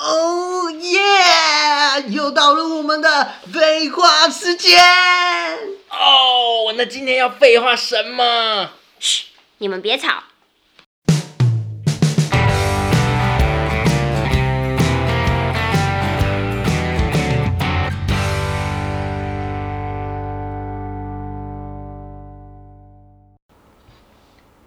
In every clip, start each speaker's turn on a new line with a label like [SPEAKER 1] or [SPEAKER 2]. [SPEAKER 1] Oh 又到了我们的废话时间。
[SPEAKER 2] 哦，那今天要废话什么？
[SPEAKER 3] 嘘，你们别吵。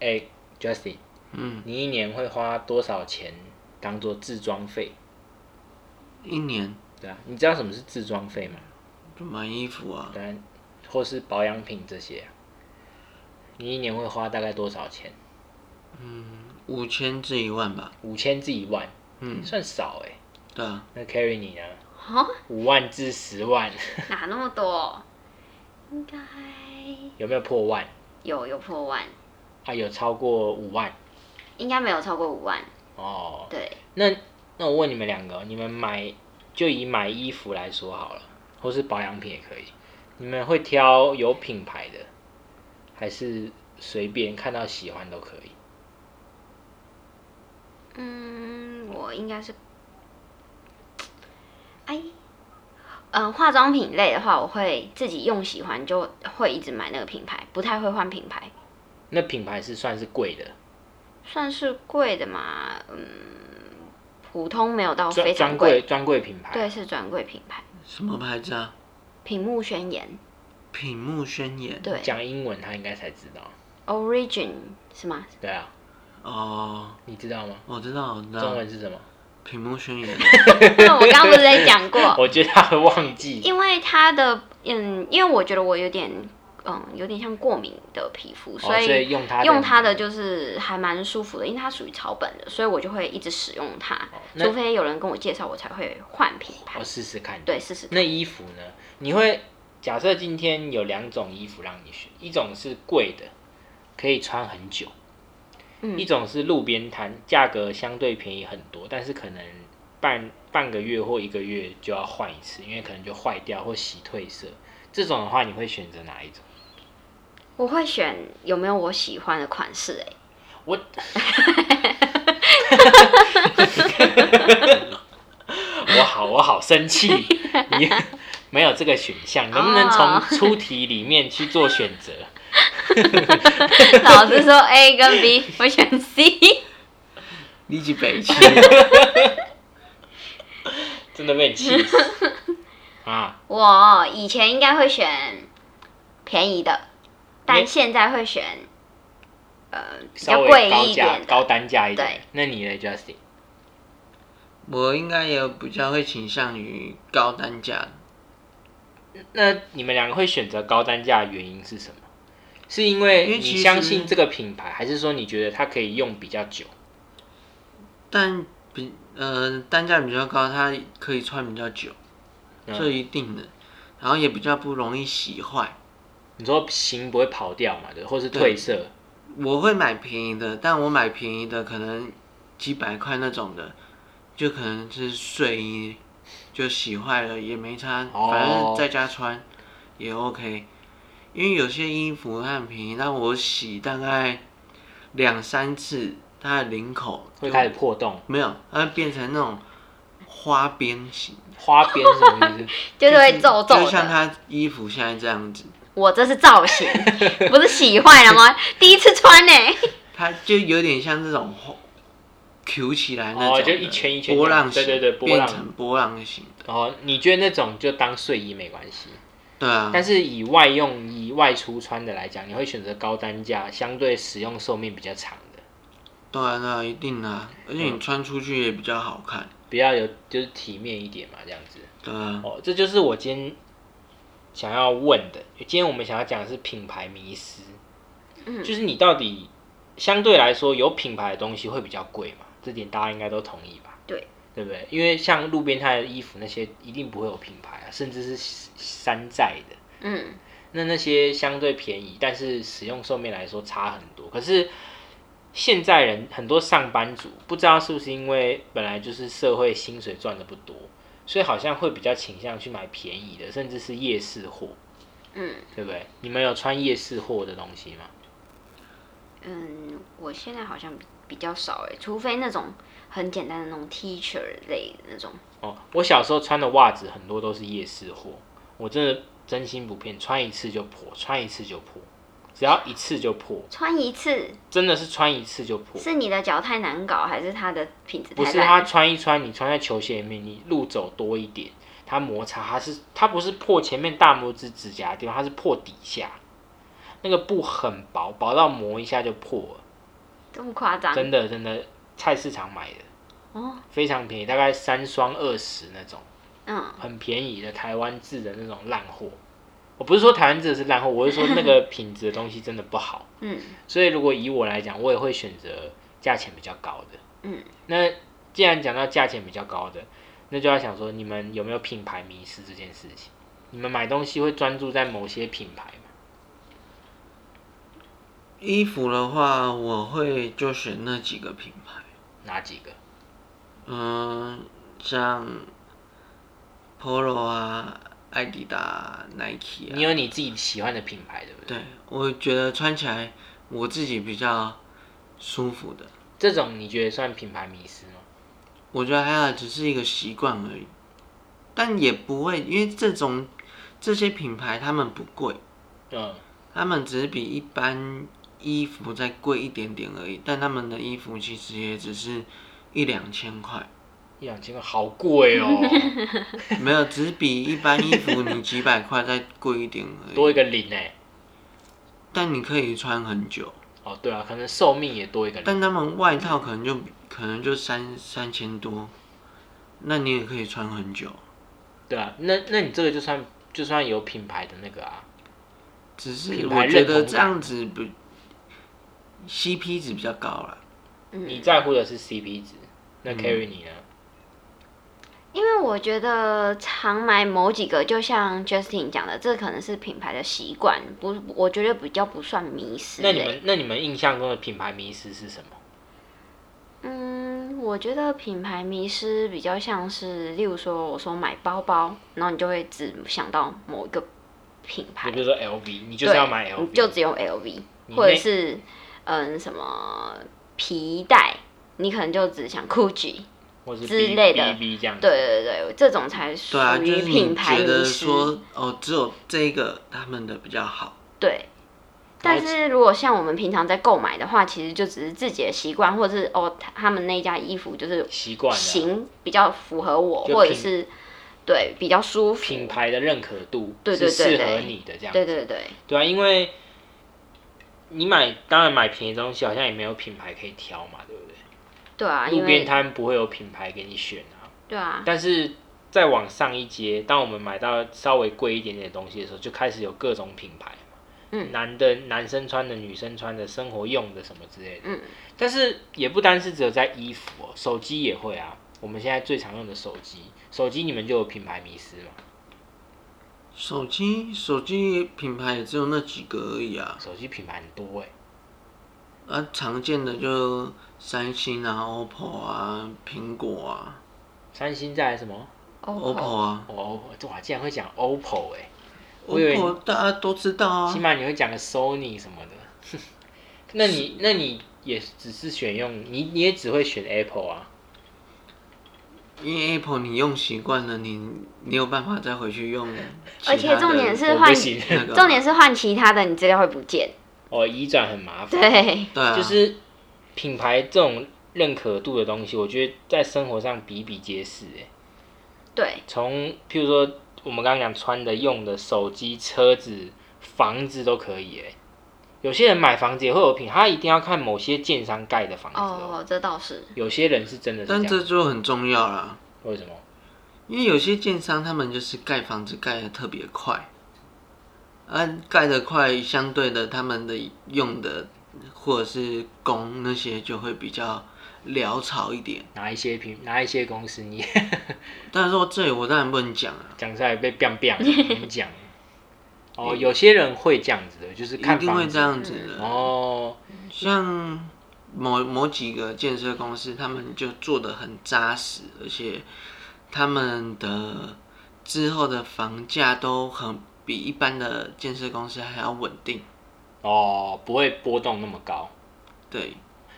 [SPEAKER 2] 哎、j u s t i n
[SPEAKER 1] 嗯，
[SPEAKER 2] 你一年会花多少钱当做自装费？
[SPEAKER 1] 一年
[SPEAKER 2] 对啊，你知道什么是自装费吗？
[SPEAKER 1] 就买衣服啊，
[SPEAKER 2] 当然，或是保养品这些啊、你一年会花大概多少钱？
[SPEAKER 1] 五千至一万吧。
[SPEAKER 2] 五千至一万，
[SPEAKER 1] 嗯，
[SPEAKER 2] 算少哎、
[SPEAKER 1] 对啊，
[SPEAKER 2] 那 Carry 你呢？
[SPEAKER 3] 哦，
[SPEAKER 2] 五万至十万，
[SPEAKER 3] 哪那么多？应该
[SPEAKER 2] 有没有破万？
[SPEAKER 3] 有有破万，
[SPEAKER 2] 啊，有超过五万
[SPEAKER 3] 应该没有超过五万。
[SPEAKER 2] 哦。
[SPEAKER 3] 对，
[SPEAKER 2] 那那我问你们两个，你们买就以买衣服来说好了，或是保养品也可以，你们会挑有品牌的，还是随便看到喜欢都可以？
[SPEAKER 3] 嗯，我应该是，哎，嗯、化妆品类的话，我会自己用喜欢就会一直买那个品牌，不太会换品牌，
[SPEAKER 2] 那品牌是算是贵的，
[SPEAKER 3] 算是贵的嘛，嗯，普通没有到
[SPEAKER 2] 专
[SPEAKER 3] 哦非
[SPEAKER 2] 专
[SPEAKER 3] 常
[SPEAKER 2] 柜
[SPEAKER 3] 贵，
[SPEAKER 2] 专柜品牌。
[SPEAKER 3] 对，是专柜品牌，
[SPEAKER 1] 什么牌子啊？
[SPEAKER 3] 屏幕宣言，
[SPEAKER 1] 品目宣言。
[SPEAKER 3] 对
[SPEAKER 2] 讲英文他应该才知道。
[SPEAKER 3] ，Origin 是吗？
[SPEAKER 2] 对啊，
[SPEAKER 1] 哦，
[SPEAKER 2] 你知道吗？
[SPEAKER 1] 我知道，我知
[SPEAKER 2] 中
[SPEAKER 1] 道。啊
[SPEAKER 2] 文是什么？
[SPEAKER 1] 品目 宣言。
[SPEAKER 3] 那我刚刚不是在讲过，
[SPEAKER 2] 我觉得他会忘记。
[SPEAKER 3] 因为它的嗯，因为我觉得我有点嗯，有点像过敏的皮肤，
[SPEAKER 2] 哦，所以用它
[SPEAKER 3] 用它的就是还蛮舒服的，因为它属于草本的，所以我就会一直使用它，
[SPEAKER 2] 哦那
[SPEAKER 3] 除非有人跟我介绍，我才会换品牌
[SPEAKER 2] 我。试试看。
[SPEAKER 3] 对，试试看。
[SPEAKER 2] 那衣服呢？你会假设今天有两种衣服让你选，一种是贵的，可以穿很久；
[SPEAKER 3] 嗯
[SPEAKER 2] 一种是路边摊，价格相对便宜很多，但是可能半半个月或一个月就要换一次，因为可能就坏掉或洗褪色。这种的话，你会选择哪一种？
[SPEAKER 3] 我会选有没有我喜欢的款式、欸，哎，
[SPEAKER 2] 我， 我好，我好生 气，你没有这个选项，能不能从
[SPEAKER 3] 哦
[SPEAKER 2] 出题里面去做选择？
[SPEAKER 3] 老师说 A 跟 B，我选 C。
[SPEAKER 1] 你去北京。
[SPEAKER 2] 真的被你气死
[SPEAKER 3] 哦
[SPEAKER 2] 啊！
[SPEAKER 3] 我以前应该会选便宜的，但
[SPEAKER 2] 你
[SPEAKER 3] 现在会选呃比
[SPEAKER 2] 稍
[SPEAKER 3] 较
[SPEAKER 2] 微
[SPEAKER 3] 贵
[SPEAKER 2] 高
[SPEAKER 3] 一
[SPEAKER 2] 价
[SPEAKER 3] 点、的。
[SPEAKER 2] 高单价一
[SPEAKER 3] 对
[SPEAKER 2] 点。那你呢，Justin？
[SPEAKER 1] 我应该也比较会倾向于高单价，
[SPEAKER 2] 那你们两个会选择高单价的原因是什么？是因
[SPEAKER 1] 因
[SPEAKER 2] 为
[SPEAKER 1] 为其
[SPEAKER 2] 你
[SPEAKER 1] 实
[SPEAKER 2] 相信这个品牌，还是说你觉得它可以用比较久？
[SPEAKER 1] 但比呃单价比较高，它可以穿比较久，
[SPEAKER 2] 嗯
[SPEAKER 1] 这一定的。然后也比较不容易洗坏。
[SPEAKER 2] 你说型不会跑掉嘛？对，或是褪色？
[SPEAKER 1] 我会买便宜的，但我买便宜的可能几百块那种的，就可能是睡衣，就洗坏了也没差，
[SPEAKER 2] 哦
[SPEAKER 1] 反正在家穿也 OK。因为有些衣服它很便宜，但我洗大概两三次，它的领口
[SPEAKER 2] 会
[SPEAKER 1] 就
[SPEAKER 2] 开始破洞、
[SPEAKER 1] 没有，它会变成那种花边型，
[SPEAKER 2] 花边什么意思？
[SPEAKER 3] 就是会皱皱
[SPEAKER 1] 就像
[SPEAKER 3] 的，
[SPEAKER 1] 它衣服现在这样子，
[SPEAKER 3] 我这是造 型，不是洗坏了 吗？第一次穿呢、
[SPEAKER 1] 它就有点像这种花 Q 起来那种的、
[SPEAKER 2] 哦就一圈一圈
[SPEAKER 1] 波浪
[SPEAKER 2] 这
[SPEAKER 1] 形，
[SPEAKER 2] 样对对对波
[SPEAKER 1] 变
[SPEAKER 2] 浪
[SPEAKER 1] 成波浪形。
[SPEAKER 2] 哦，你觉得那种就当睡衣没关系，
[SPEAKER 1] 对啊，
[SPEAKER 2] 但是以外用衣、外出穿的来讲，你会选择高单价、相对使用寿命比较长的。
[SPEAKER 1] 对啊，对啊，一定啊，而且你穿出去也比较好看。
[SPEAKER 2] 比较有就是体面一点嘛，这样子。
[SPEAKER 1] 对啊，
[SPEAKER 2] 哦，这就是我今天想要问的。今天我们想要讲的是品牌迷失，
[SPEAKER 3] 嗯
[SPEAKER 2] 就是你到底相对来说有品牌的东西会比较贵嘛？这点大家应该都同意吧？
[SPEAKER 3] 对，
[SPEAKER 2] 对不对？因为像路边摊的衣服那些一定不会有品牌啊，甚至是山寨的。
[SPEAKER 3] 嗯，
[SPEAKER 2] 那那些相对便宜，但是使用寿命来说差很多。可是现在人很多上班族，不知道是不是因为本来就是社会薪水赚的不多，所以好像会比较倾向去买便宜的，甚至是夜市货，
[SPEAKER 3] 嗯
[SPEAKER 2] 对不对？你们有穿夜市货的东西吗？
[SPEAKER 3] 嗯，我现在好像比比较少哎，除非那种很简单的那种 T 恤类的那种。
[SPEAKER 2] 哦，我小时候穿的袜子很多都是夜市货，我真的真心不骗，穿一次就破，穿一次就破，只要一次就破，
[SPEAKER 3] 穿一次
[SPEAKER 2] 真的是穿一次就破。
[SPEAKER 3] 是你的脚太难搞，还是它的品质
[SPEAKER 2] 不
[SPEAKER 3] 太
[SPEAKER 2] 是它
[SPEAKER 3] 烂？
[SPEAKER 2] 穿一穿，你穿在球鞋里面，你路走多一点，它摩擦，它是它不是破前面大拇指指甲的地方，它是破底下，那个布很薄，薄到磨一下就破了，
[SPEAKER 3] 这么夸张？
[SPEAKER 2] 真的真的，菜市场买的，
[SPEAKER 3] 哦，
[SPEAKER 2] 非常便宜，大概三双二十那种，
[SPEAKER 3] 嗯，
[SPEAKER 2] 很便宜的台湾制的那种烂货。我不是说台湾制的是烂货，我是说那个品质的东西真的不好，
[SPEAKER 3] 嗯，
[SPEAKER 2] 所以如果以我来讲，我也会选择价钱比较高的。
[SPEAKER 3] 嗯，
[SPEAKER 2] 那既然讲到价钱比较高的，那就要想说你们有没有品牌迷失这件事情？你们买东西会专注在某些品牌吗？
[SPEAKER 1] 衣服的话，我会就选那几个品牌，
[SPEAKER 2] 哪几个？
[SPEAKER 1] 嗯，像 Polo 啊、艾迪达啊、Nike 啊。
[SPEAKER 2] 你有你自己喜欢的品牌，对不对？
[SPEAKER 1] 对，我觉得穿起来我自己比较舒服的。
[SPEAKER 2] 这种你觉得算品牌迷失吗？
[SPEAKER 1] 我觉得还好，只是一个习惯而已，但也不会，因为这种这些品牌他们不贵，
[SPEAKER 2] 嗯，
[SPEAKER 1] 他们只是比一般衣服再贵一点点而已，但他们的衣服其实也只是一两 千块，
[SPEAKER 2] 一两千块好贵哦，
[SPEAKER 1] 没有，只是比一般衣服你几百块再贵一点而已，
[SPEAKER 2] 多一个零哎。
[SPEAKER 1] 但你可以穿很久，
[SPEAKER 2] 哦，对啊，可能寿命也多一个零。
[SPEAKER 1] 但他们外套可能就可能就三三千多，那你也可以穿很久。
[SPEAKER 2] 对啊，那那你这个就算就算有品牌的那个啊，
[SPEAKER 1] 只是
[SPEAKER 2] 品
[SPEAKER 1] 我
[SPEAKER 2] 牌
[SPEAKER 1] 觉
[SPEAKER 2] 认同
[SPEAKER 1] 得
[SPEAKER 2] 感
[SPEAKER 1] 这样子不，CP 值比较高了。
[SPEAKER 2] 你在乎的是 CP 值。那 Carry 你呢？
[SPEAKER 3] 因为我觉得常买某几个，就像 Justin 讲的，这可能是品牌的习惯，不，我觉得比较不算迷失、欸。
[SPEAKER 2] 那你们那你们印象中的品牌迷失是什么？
[SPEAKER 3] 嗯，我觉得品牌迷失比较像是，例如说我说买包包，然后你就会只想到某一个品牌，
[SPEAKER 2] 你比
[SPEAKER 3] 对，
[SPEAKER 2] 如说 LV，你就是要买
[SPEAKER 3] 你
[SPEAKER 2] LV，
[SPEAKER 3] 就只有 LV，
[SPEAKER 2] 你
[SPEAKER 3] 或者
[SPEAKER 2] 那
[SPEAKER 3] 是嗯什么皮带，你可能就只想 GUCCI，
[SPEAKER 2] 或是
[SPEAKER 3] 之
[SPEAKER 2] B-
[SPEAKER 3] 类的
[SPEAKER 2] BB 这样
[SPEAKER 3] 对
[SPEAKER 2] 子。
[SPEAKER 3] 对对，这种才属
[SPEAKER 1] 对啊，就
[SPEAKER 3] 于
[SPEAKER 1] 是你
[SPEAKER 3] 品牌
[SPEAKER 1] 觉得
[SPEAKER 3] 迷失。
[SPEAKER 1] 说哦，只有这个他们的比较好，
[SPEAKER 3] 对，
[SPEAKER 2] 然
[SPEAKER 3] 但
[SPEAKER 2] 后
[SPEAKER 3] 是如果像我们平常在购买的话，其实就只是自己的习惯，或者是哦，他他们那一家衣服就是
[SPEAKER 2] 习惯了
[SPEAKER 3] 型比较符合我，
[SPEAKER 2] 就
[SPEAKER 3] 或者
[SPEAKER 2] 品
[SPEAKER 3] 是对比较舒服。
[SPEAKER 2] 品牌的认可度
[SPEAKER 3] 对
[SPEAKER 2] 是
[SPEAKER 3] 对对
[SPEAKER 2] 适
[SPEAKER 3] 对
[SPEAKER 2] 合你的这样
[SPEAKER 3] 对对对，
[SPEAKER 2] 对啊，因为你买当然买便宜的东西好像也没有品牌可以挑嘛，对不对？
[SPEAKER 3] 对啊，因
[SPEAKER 2] 路边
[SPEAKER 3] 为
[SPEAKER 2] 摊不会有品牌给你选啊。
[SPEAKER 3] 对啊，
[SPEAKER 2] 但是再往上一阶，当我们买到稍微贵一点点的东西的时候，就开始有各种品牌嘛，
[SPEAKER 3] 嗯
[SPEAKER 2] 男的男生穿的、女生穿的、生活用的什么之类的。
[SPEAKER 3] 嗯
[SPEAKER 2] 但是也不单是只有在衣服哦，手机也会啊。我们现在最常用的手机，手机你们就有品牌迷失嘛？
[SPEAKER 1] 手机手机品牌也只有那几个而已啊。
[SPEAKER 2] 手机品牌很多哎、
[SPEAKER 1] 啊，常见的就三星啊、OPPO 啊、苹果啊、
[SPEAKER 2] 三星在什么？
[SPEAKER 1] OPPO 啊
[SPEAKER 2] 哦，这哇，竟然会讲 OPPO 哎、我以为
[SPEAKER 1] ，OPPO 大家都知道
[SPEAKER 3] 哦
[SPEAKER 2] 起
[SPEAKER 1] 啊。
[SPEAKER 2] 码你会讲个 Sony 什么的。 那你那你也只是选用你你也只会选 Apple 啊？
[SPEAKER 1] 因为 Apple 你用习惯了，你你有办法再回去用其他
[SPEAKER 3] 而
[SPEAKER 1] 的。
[SPEAKER 3] 且重点是
[SPEAKER 2] 我不
[SPEAKER 3] 换，
[SPEAKER 2] 行，
[SPEAKER 1] 那个啊
[SPEAKER 3] 重点是换其他的，你资料会不见。
[SPEAKER 2] 哦，移转很麻烦。
[SPEAKER 3] 对，
[SPEAKER 1] 对啊，
[SPEAKER 2] 就是品牌这种认可度的东西，我觉得在生活上比比皆是。哎，
[SPEAKER 3] 对，
[SPEAKER 2] 从譬如说我们刚刚讲穿的、用的、手机、车子、房子都可以。哎，有些人买房子也会有品，他一定要看某些建商盖的房子哦。
[SPEAKER 3] 哦，这倒是，
[SPEAKER 2] 有些人是真的是
[SPEAKER 1] 但
[SPEAKER 2] 这
[SPEAKER 1] 这
[SPEAKER 2] 样，
[SPEAKER 1] 就很重要啦。
[SPEAKER 2] 为什么？
[SPEAKER 1] 因为有些建商他们就是盖房子盖的特别快，啊，盖得快，相对的他们的用的或者是工那些就会比较潦草一点。
[SPEAKER 2] 哪一些品，哪一些公司你
[SPEAKER 1] 但是说这里我当然不能讲啊，
[SPEAKER 2] 讲出来被 biang biang，你们讲。哦，有些人会这样子的，就是
[SPEAKER 1] 一
[SPEAKER 2] 看
[SPEAKER 1] 定会
[SPEAKER 2] 房
[SPEAKER 1] 这
[SPEAKER 2] 子。
[SPEAKER 1] 样子的。
[SPEAKER 2] 哦，
[SPEAKER 1] 像某某几个建设公司，他们就做的很扎实，而且他们的之后的房价都很比一般的建设公司还要稳定。
[SPEAKER 2] 哦，不会波动那么高。
[SPEAKER 1] 对，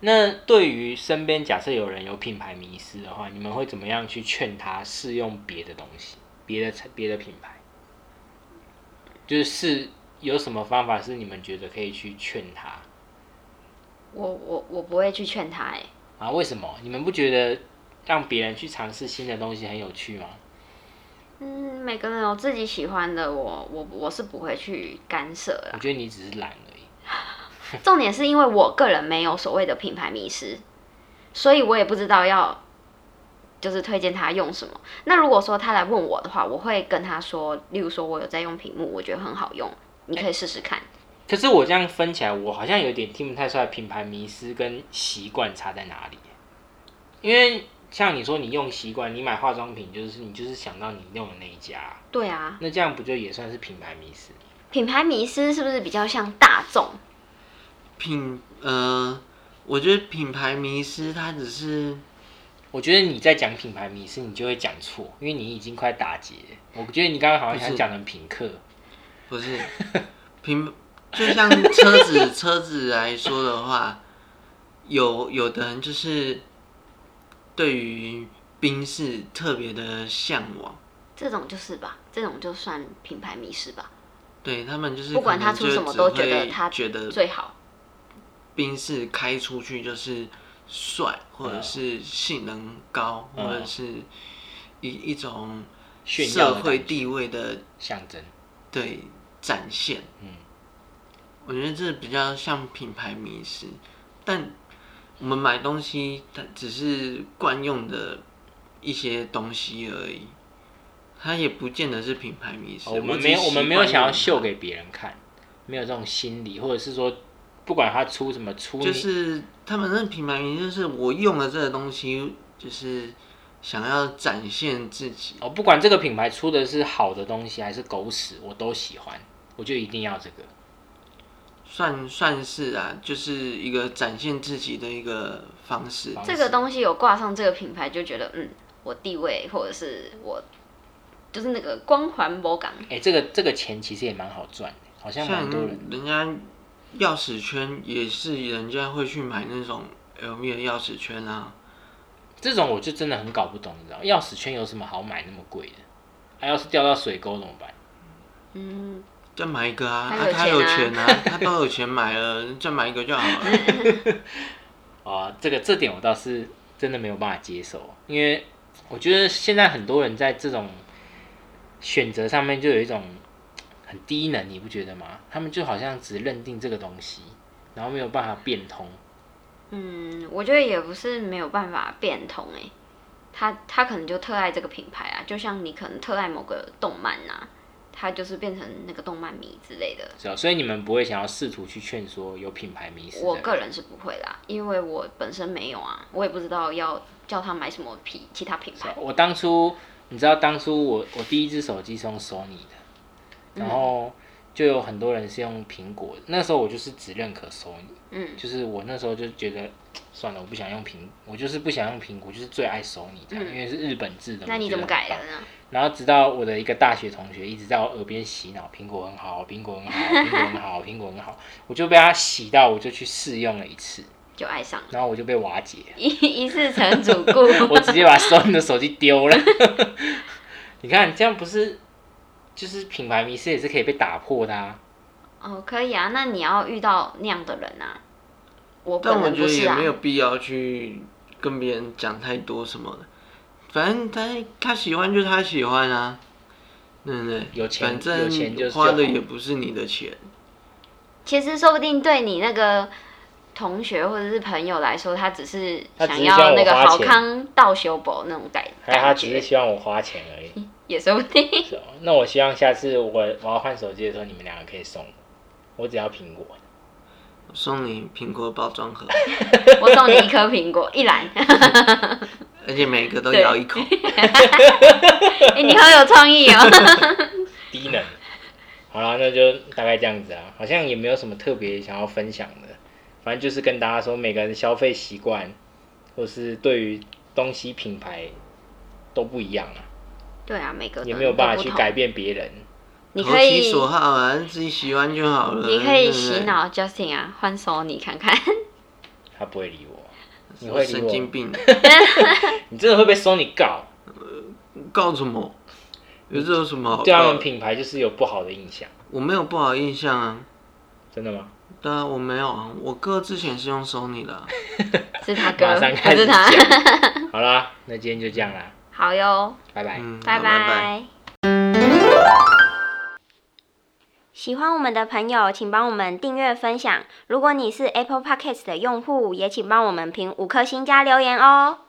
[SPEAKER 2] 那对于身边假设有人有品牌迷失的话，你们会怎么样去劝他试用别的东西，别的产别的品牌？就是试有什么方法是你们觉得可以去劝他
[SPEAKER 3] 我我我不会去劝他、欸，
[SPEAKER 2] 啊？为什么？你们不觉得让别人去尝试新的东西很有趣吗？
[SPEAKER 3] 嗯，每个人有自己喜欢的，我我我是不会去干涉啦。
[SPEAKER 2] 我觉得你只是懒而已。
[SPEAKER 3] 重点是因为我个人没有所谓的品牌迷失，所以我也不知道要就是推荐他用什么。那如果说他来问我的话，我会跟他说，例如说我有在用屏幕，我觉得很好用，你可以试试看。
[SPEAKER 2] 可是我这样分起来，我好像有点听不太出来品牌迷失跟习惯差在哪里。因为像你说你用习惯，你买化妆品就是你就是想到你用的那一家，
[SPEAKER 3] 对啊，
[SPEAKER 2] 那这样不就也算是品牌迷失？
[SPEAKER 3] 品牌迷失是不是比较像大众？
[SPEAKER 1] 品呃，我觉得品牌迷失它只是
[SPEAKER 2] 我觉得你在讲品牌迷失，你就会讲错，因为你已经快打结了。我觉得你刚刚好像想讲成品客，
[SPEAKER 1] 不是品，就像车子车子来说的话，有有的人就是对于宾士特别的向往，
[SPEAKER 3] 这种就是吧，这种就算品牌迷失吧，
[SPEAKER 1] 对他们就是
[SPEAKER 3] 不管
[SPEAKER 1] 可
[SPEAKER 3] 他
[SPEAKER 1] 能
[SPEAKER 3] 出
[SPEAKER 1] 就
[SPEAKER 3] 什么
[SPEAKER 1] 只
[SPEAKER 3] 都觉
[SPEAKER 1] 会
[SPEAKER 3] 得他
[SPEAKER 1] 觉得
[SPEAKER 3] 最好。
[SPEAKER 1] 宾士开出去就是帅，或者是性能高，
[SPEAKER 2] 嗯
[SPEAKER 1] 或者是一一种
[SPEAKER 2] 炫耀
[SPEAKER 1] 社
[SPEAKER 2] 的感
[SPEAKER 1] 会
[SPEAKER 2] 觉
[SPEAKER 1] 地位的
[SPEAKER 2] 象征。
[SPEAKER 1] 对展现。
[SPEAKER 2] 嗯，
[SPEAKER 1] 我觉得这比较像品牌迷失，但我们买东西它只是惯用的一些东西而已，它也不见得是品牌迷失。
[SPEAKER 2] 哦我们
[SPEAKER 1] 只
[SPEAKER 2] 没有，我们没有
[SPEAKER 1] 习惯
[SPEAKER 2] 想要
[SPEAKER 1] 用它
[SPEAKER 2] 秀给别人看，没有这种心理，或者是说，不管他出什么出你，
[SPEAKER 1] 就是他们那品牌名，就是我用了这个东西，就是想要展现自己。
[SPEAKER 2] 哦，不管这个品牌出的是好的东西还是狗屎，我都喜欢，我就一定要这个。
[SPEAKER 1] 算算是啊，就是一个展现自己的一个方式。
[SPEAKER 2] 方
[SPEAKER 3] 这个东西有挂上这个品牌，就觉得嗯，我地位或者是我就是那个光环波感，
[SPEAKER 2] 哎、这个这个钱其实也蛮好赚的，好像蛮
[SPEAKER 1] 像
[SPEAKER 2] 多人。
[SPEAKER 1] 人家钥匙圈也是人家会去买那种 LV 的钥匙圈啊，
[SPEAKER 2] 这种我就真的很搞不懂，你知道吗，钥匙圈有什么好买那么贵的？啊，要是掉到水沟怎么办？
[SPEAKER 3] 嗯，
[SPEAKER 1] 再买一个啊，
[SPEAKER 3] 他
[SPEAKER 1] 啊
[SPEAKER 3] 有
[SPEAKER 1] 他有
[SPEAKER 3] 钱
[SPEAKER 1] 钱啊，他都有钱买了，再买一个就好了。
[SPEAKER 2] 啊，这个这点我倒是真的没有办法接受，因为我觉得现在很多人在这种选择上面就有一种很低能，你不觉得吗？他们就好像只认定这个东西，然后没有办法变通。
[SPEAKER 3] 嗯，我觉得也不是没有办法变通哎、他他可能就特爱这个品牌啊，就像你可能特爱某个动漫呐、他就是变成那个动漫迷之类的。
[SPEAKER 2] 是啊，所以你们不会想要试图去劝说有品牌迷失的人。
[SPEAKER 3] 我个人是不会啦，因为我本身没有啊，我也不知道要叫他买什么品其他品
[SPEAKER 2] 是啊
[SPEAKER 3] 牌。
[SPEAKER 2] 我当初你知道，当初我我第一只手机是用 Sony 的，
[SPEAKER 3] 嗯
[SPEAKER 2] 然后就有很多人是用苹果的。那时候我就是只认可 Sony，
[SPEAKER 3] 嗯
[SPEAKER 2] 就是我那时候就觉得算了，我不想用苹，我就是不想用苹果，就是最爱 Sony 这样，因为是日本制的。
[SPEAKER 3] 嗯那你
[SPEAKER 2] 我觉
[SPEAKER 3] 怎
[SPEAKER 2] 得很
[SPEAKER 3] 么改
[SPEAKER 2] 棒
[SPEAKER 3] 的呢？
[SPEAKER 2] 然后直到我的一个大学同学一直在我耳边洗脑，苹果很好，苹果很好，苹果很好，苹果很好，我就被他洗到，我就去试用了一次，
[SPEAKER 3] 就爱 上了，
[SPEAKER 2] 然后我就被瓦解了。
[SPEAKER 3] 一一世成主顾。
[SPEAKER 2] 我直接把 Sony 的手机丢了。 你看，这样不是就是品牌迷失也是可以被打破的啊？
[SPEAKER 3] 哦，可以啊，那你要遇到那样的人啊。 我
[SPEAKER 1] 但
[SPEAKER 3] 本
[SPEAKER 1] 我
[SPEAKER 3] 人
[SPEAKER 1] 觉
[SPEAKER 3] 不
[SPEAKER 1] 得
[SPEAKER 3] 是
[SPEAKER 1] 也
[SPEAKER 3] 啊
[SPEAKER 1] 没，有必要去跟别人讲太多什么的，反正他他喜欢就他喜欢啊，对不对？
[SPEAKER 2] 有钱
[SPEAKER 1] 反
[SPEAKER 2] 有钱就是就
[SPEAKER 1] 正
[SPEAKER 2] 好
[SPEAKER 1] 花的也不是你的钱，
[SPEAKER 3] 其实说不定对你那个同学或者是朋友来说，他只是
[SPEAKER 2] 他只是
[SPEAKER 3] 想
[SPEAKER 2] 希望
[SPEAKER 3] 要
[SPEAKER 2] 我
[SPEAKER 3] 那个
[SPEAKER 2] 花
[SPEAKER 3] 好
[SPEAKER 2] 钱
[SPEAKER 3] 康到修补那种感
[SPEAKER 2] 那他
[SPEAKER 3] 感
[SPEAKER 2] 只是
[SPEAKER 3] 觉，
[SPEAKER 2] 希望我花钱而已。
[SPEAKER 3] 也说不定。
[SPEAKER 2] 是哦那我希望下次我我要换手机的时候，你们两个可以送我，我只要苹果。
[SPEAKER 1] 我送你苹果包装盒，
[SPEAKER 3] 我送你一颗苹果，一篮。
[SPEAKER 1] 而且每个都咬一口。
[SPEAKER 3] 哎、你好有创意 哦。
[SPEAKER 2] 低能。好了，那就大概这样子啊，好像也没有什么特别想要分享的，反正就是跟大家说每个人的消费习惯，或是对于东西品牌都不一样啊，
[SPEAKER 3] 对啊，每个
[SPEAKER 2] 也
[SPEAKER 3] 人
[SPEAKER 2] 没有办法
[SPEAKER 3] 都不
[SPEAKER 2] 去
[SPEAKER 3] 同
[SPEAKER 2] 改。变别人。
[SPEAKER 3] 你
[SPEAKER 1] 投
[SPEAKER 3] 可
[SPEAKER 1] 其
[SPEAKER 3] 以，
[SPEAKER 1] 所好啊，自己喜欢就好了。
[SPEAKER 3] 你可以
[SPEAKER 1] 对不对
[SPEAKER 3] 洗。脑 Justin 啊，换 Sony 看看。
[SPEAKER 2] 他不会理我。你
[SPEAKER 1] 我
[SPEAKER 2] 会理
[SPEAKER 1] 神经
[SPEAKER 2] 我？
[SPEAKER 1] 病，
[SPEAKER 2] 你真的会被 Sony 告？
[SPEAKER 1] 告什么？有这有什么好
[SPEAKER 2] 对他
[SPEAKER 1] 告
[SPEAKER 2] 们
[SPEAKER 1] 的？
[SPEAKER 2] 品牌就是有不好的印象，
[SPEAKER 1] 我没有不好印象啊，
[SPEAKER 2] 真的吗？
[SPEAKER 1] 当然我没有啊，我哥之前是用 Sony 的啊、
[SPEAKER 3] 是他哥，
[SPEAKER 2] 马上
[SPEAKER 3] 不
[SPEAKER 2] 开始
[SPEAKER 3] 是他。
[SPEAKER 2] 讲好啦，那今天就这样啦，
[SPEAKER 3] 好哟，
[SPEAKER 2] 拜哎拜。
[SPEAKER 1] 嗯，
[SPEAKER 3] 拜
[SPEAKER 1] 好拜拜。
[SPEAKER 3] 拜。喜欢我们的朋友，请帮我们订阅分享。如果你是 Apple Podcast 的用户，也请帮我们评五颗星加留言哦。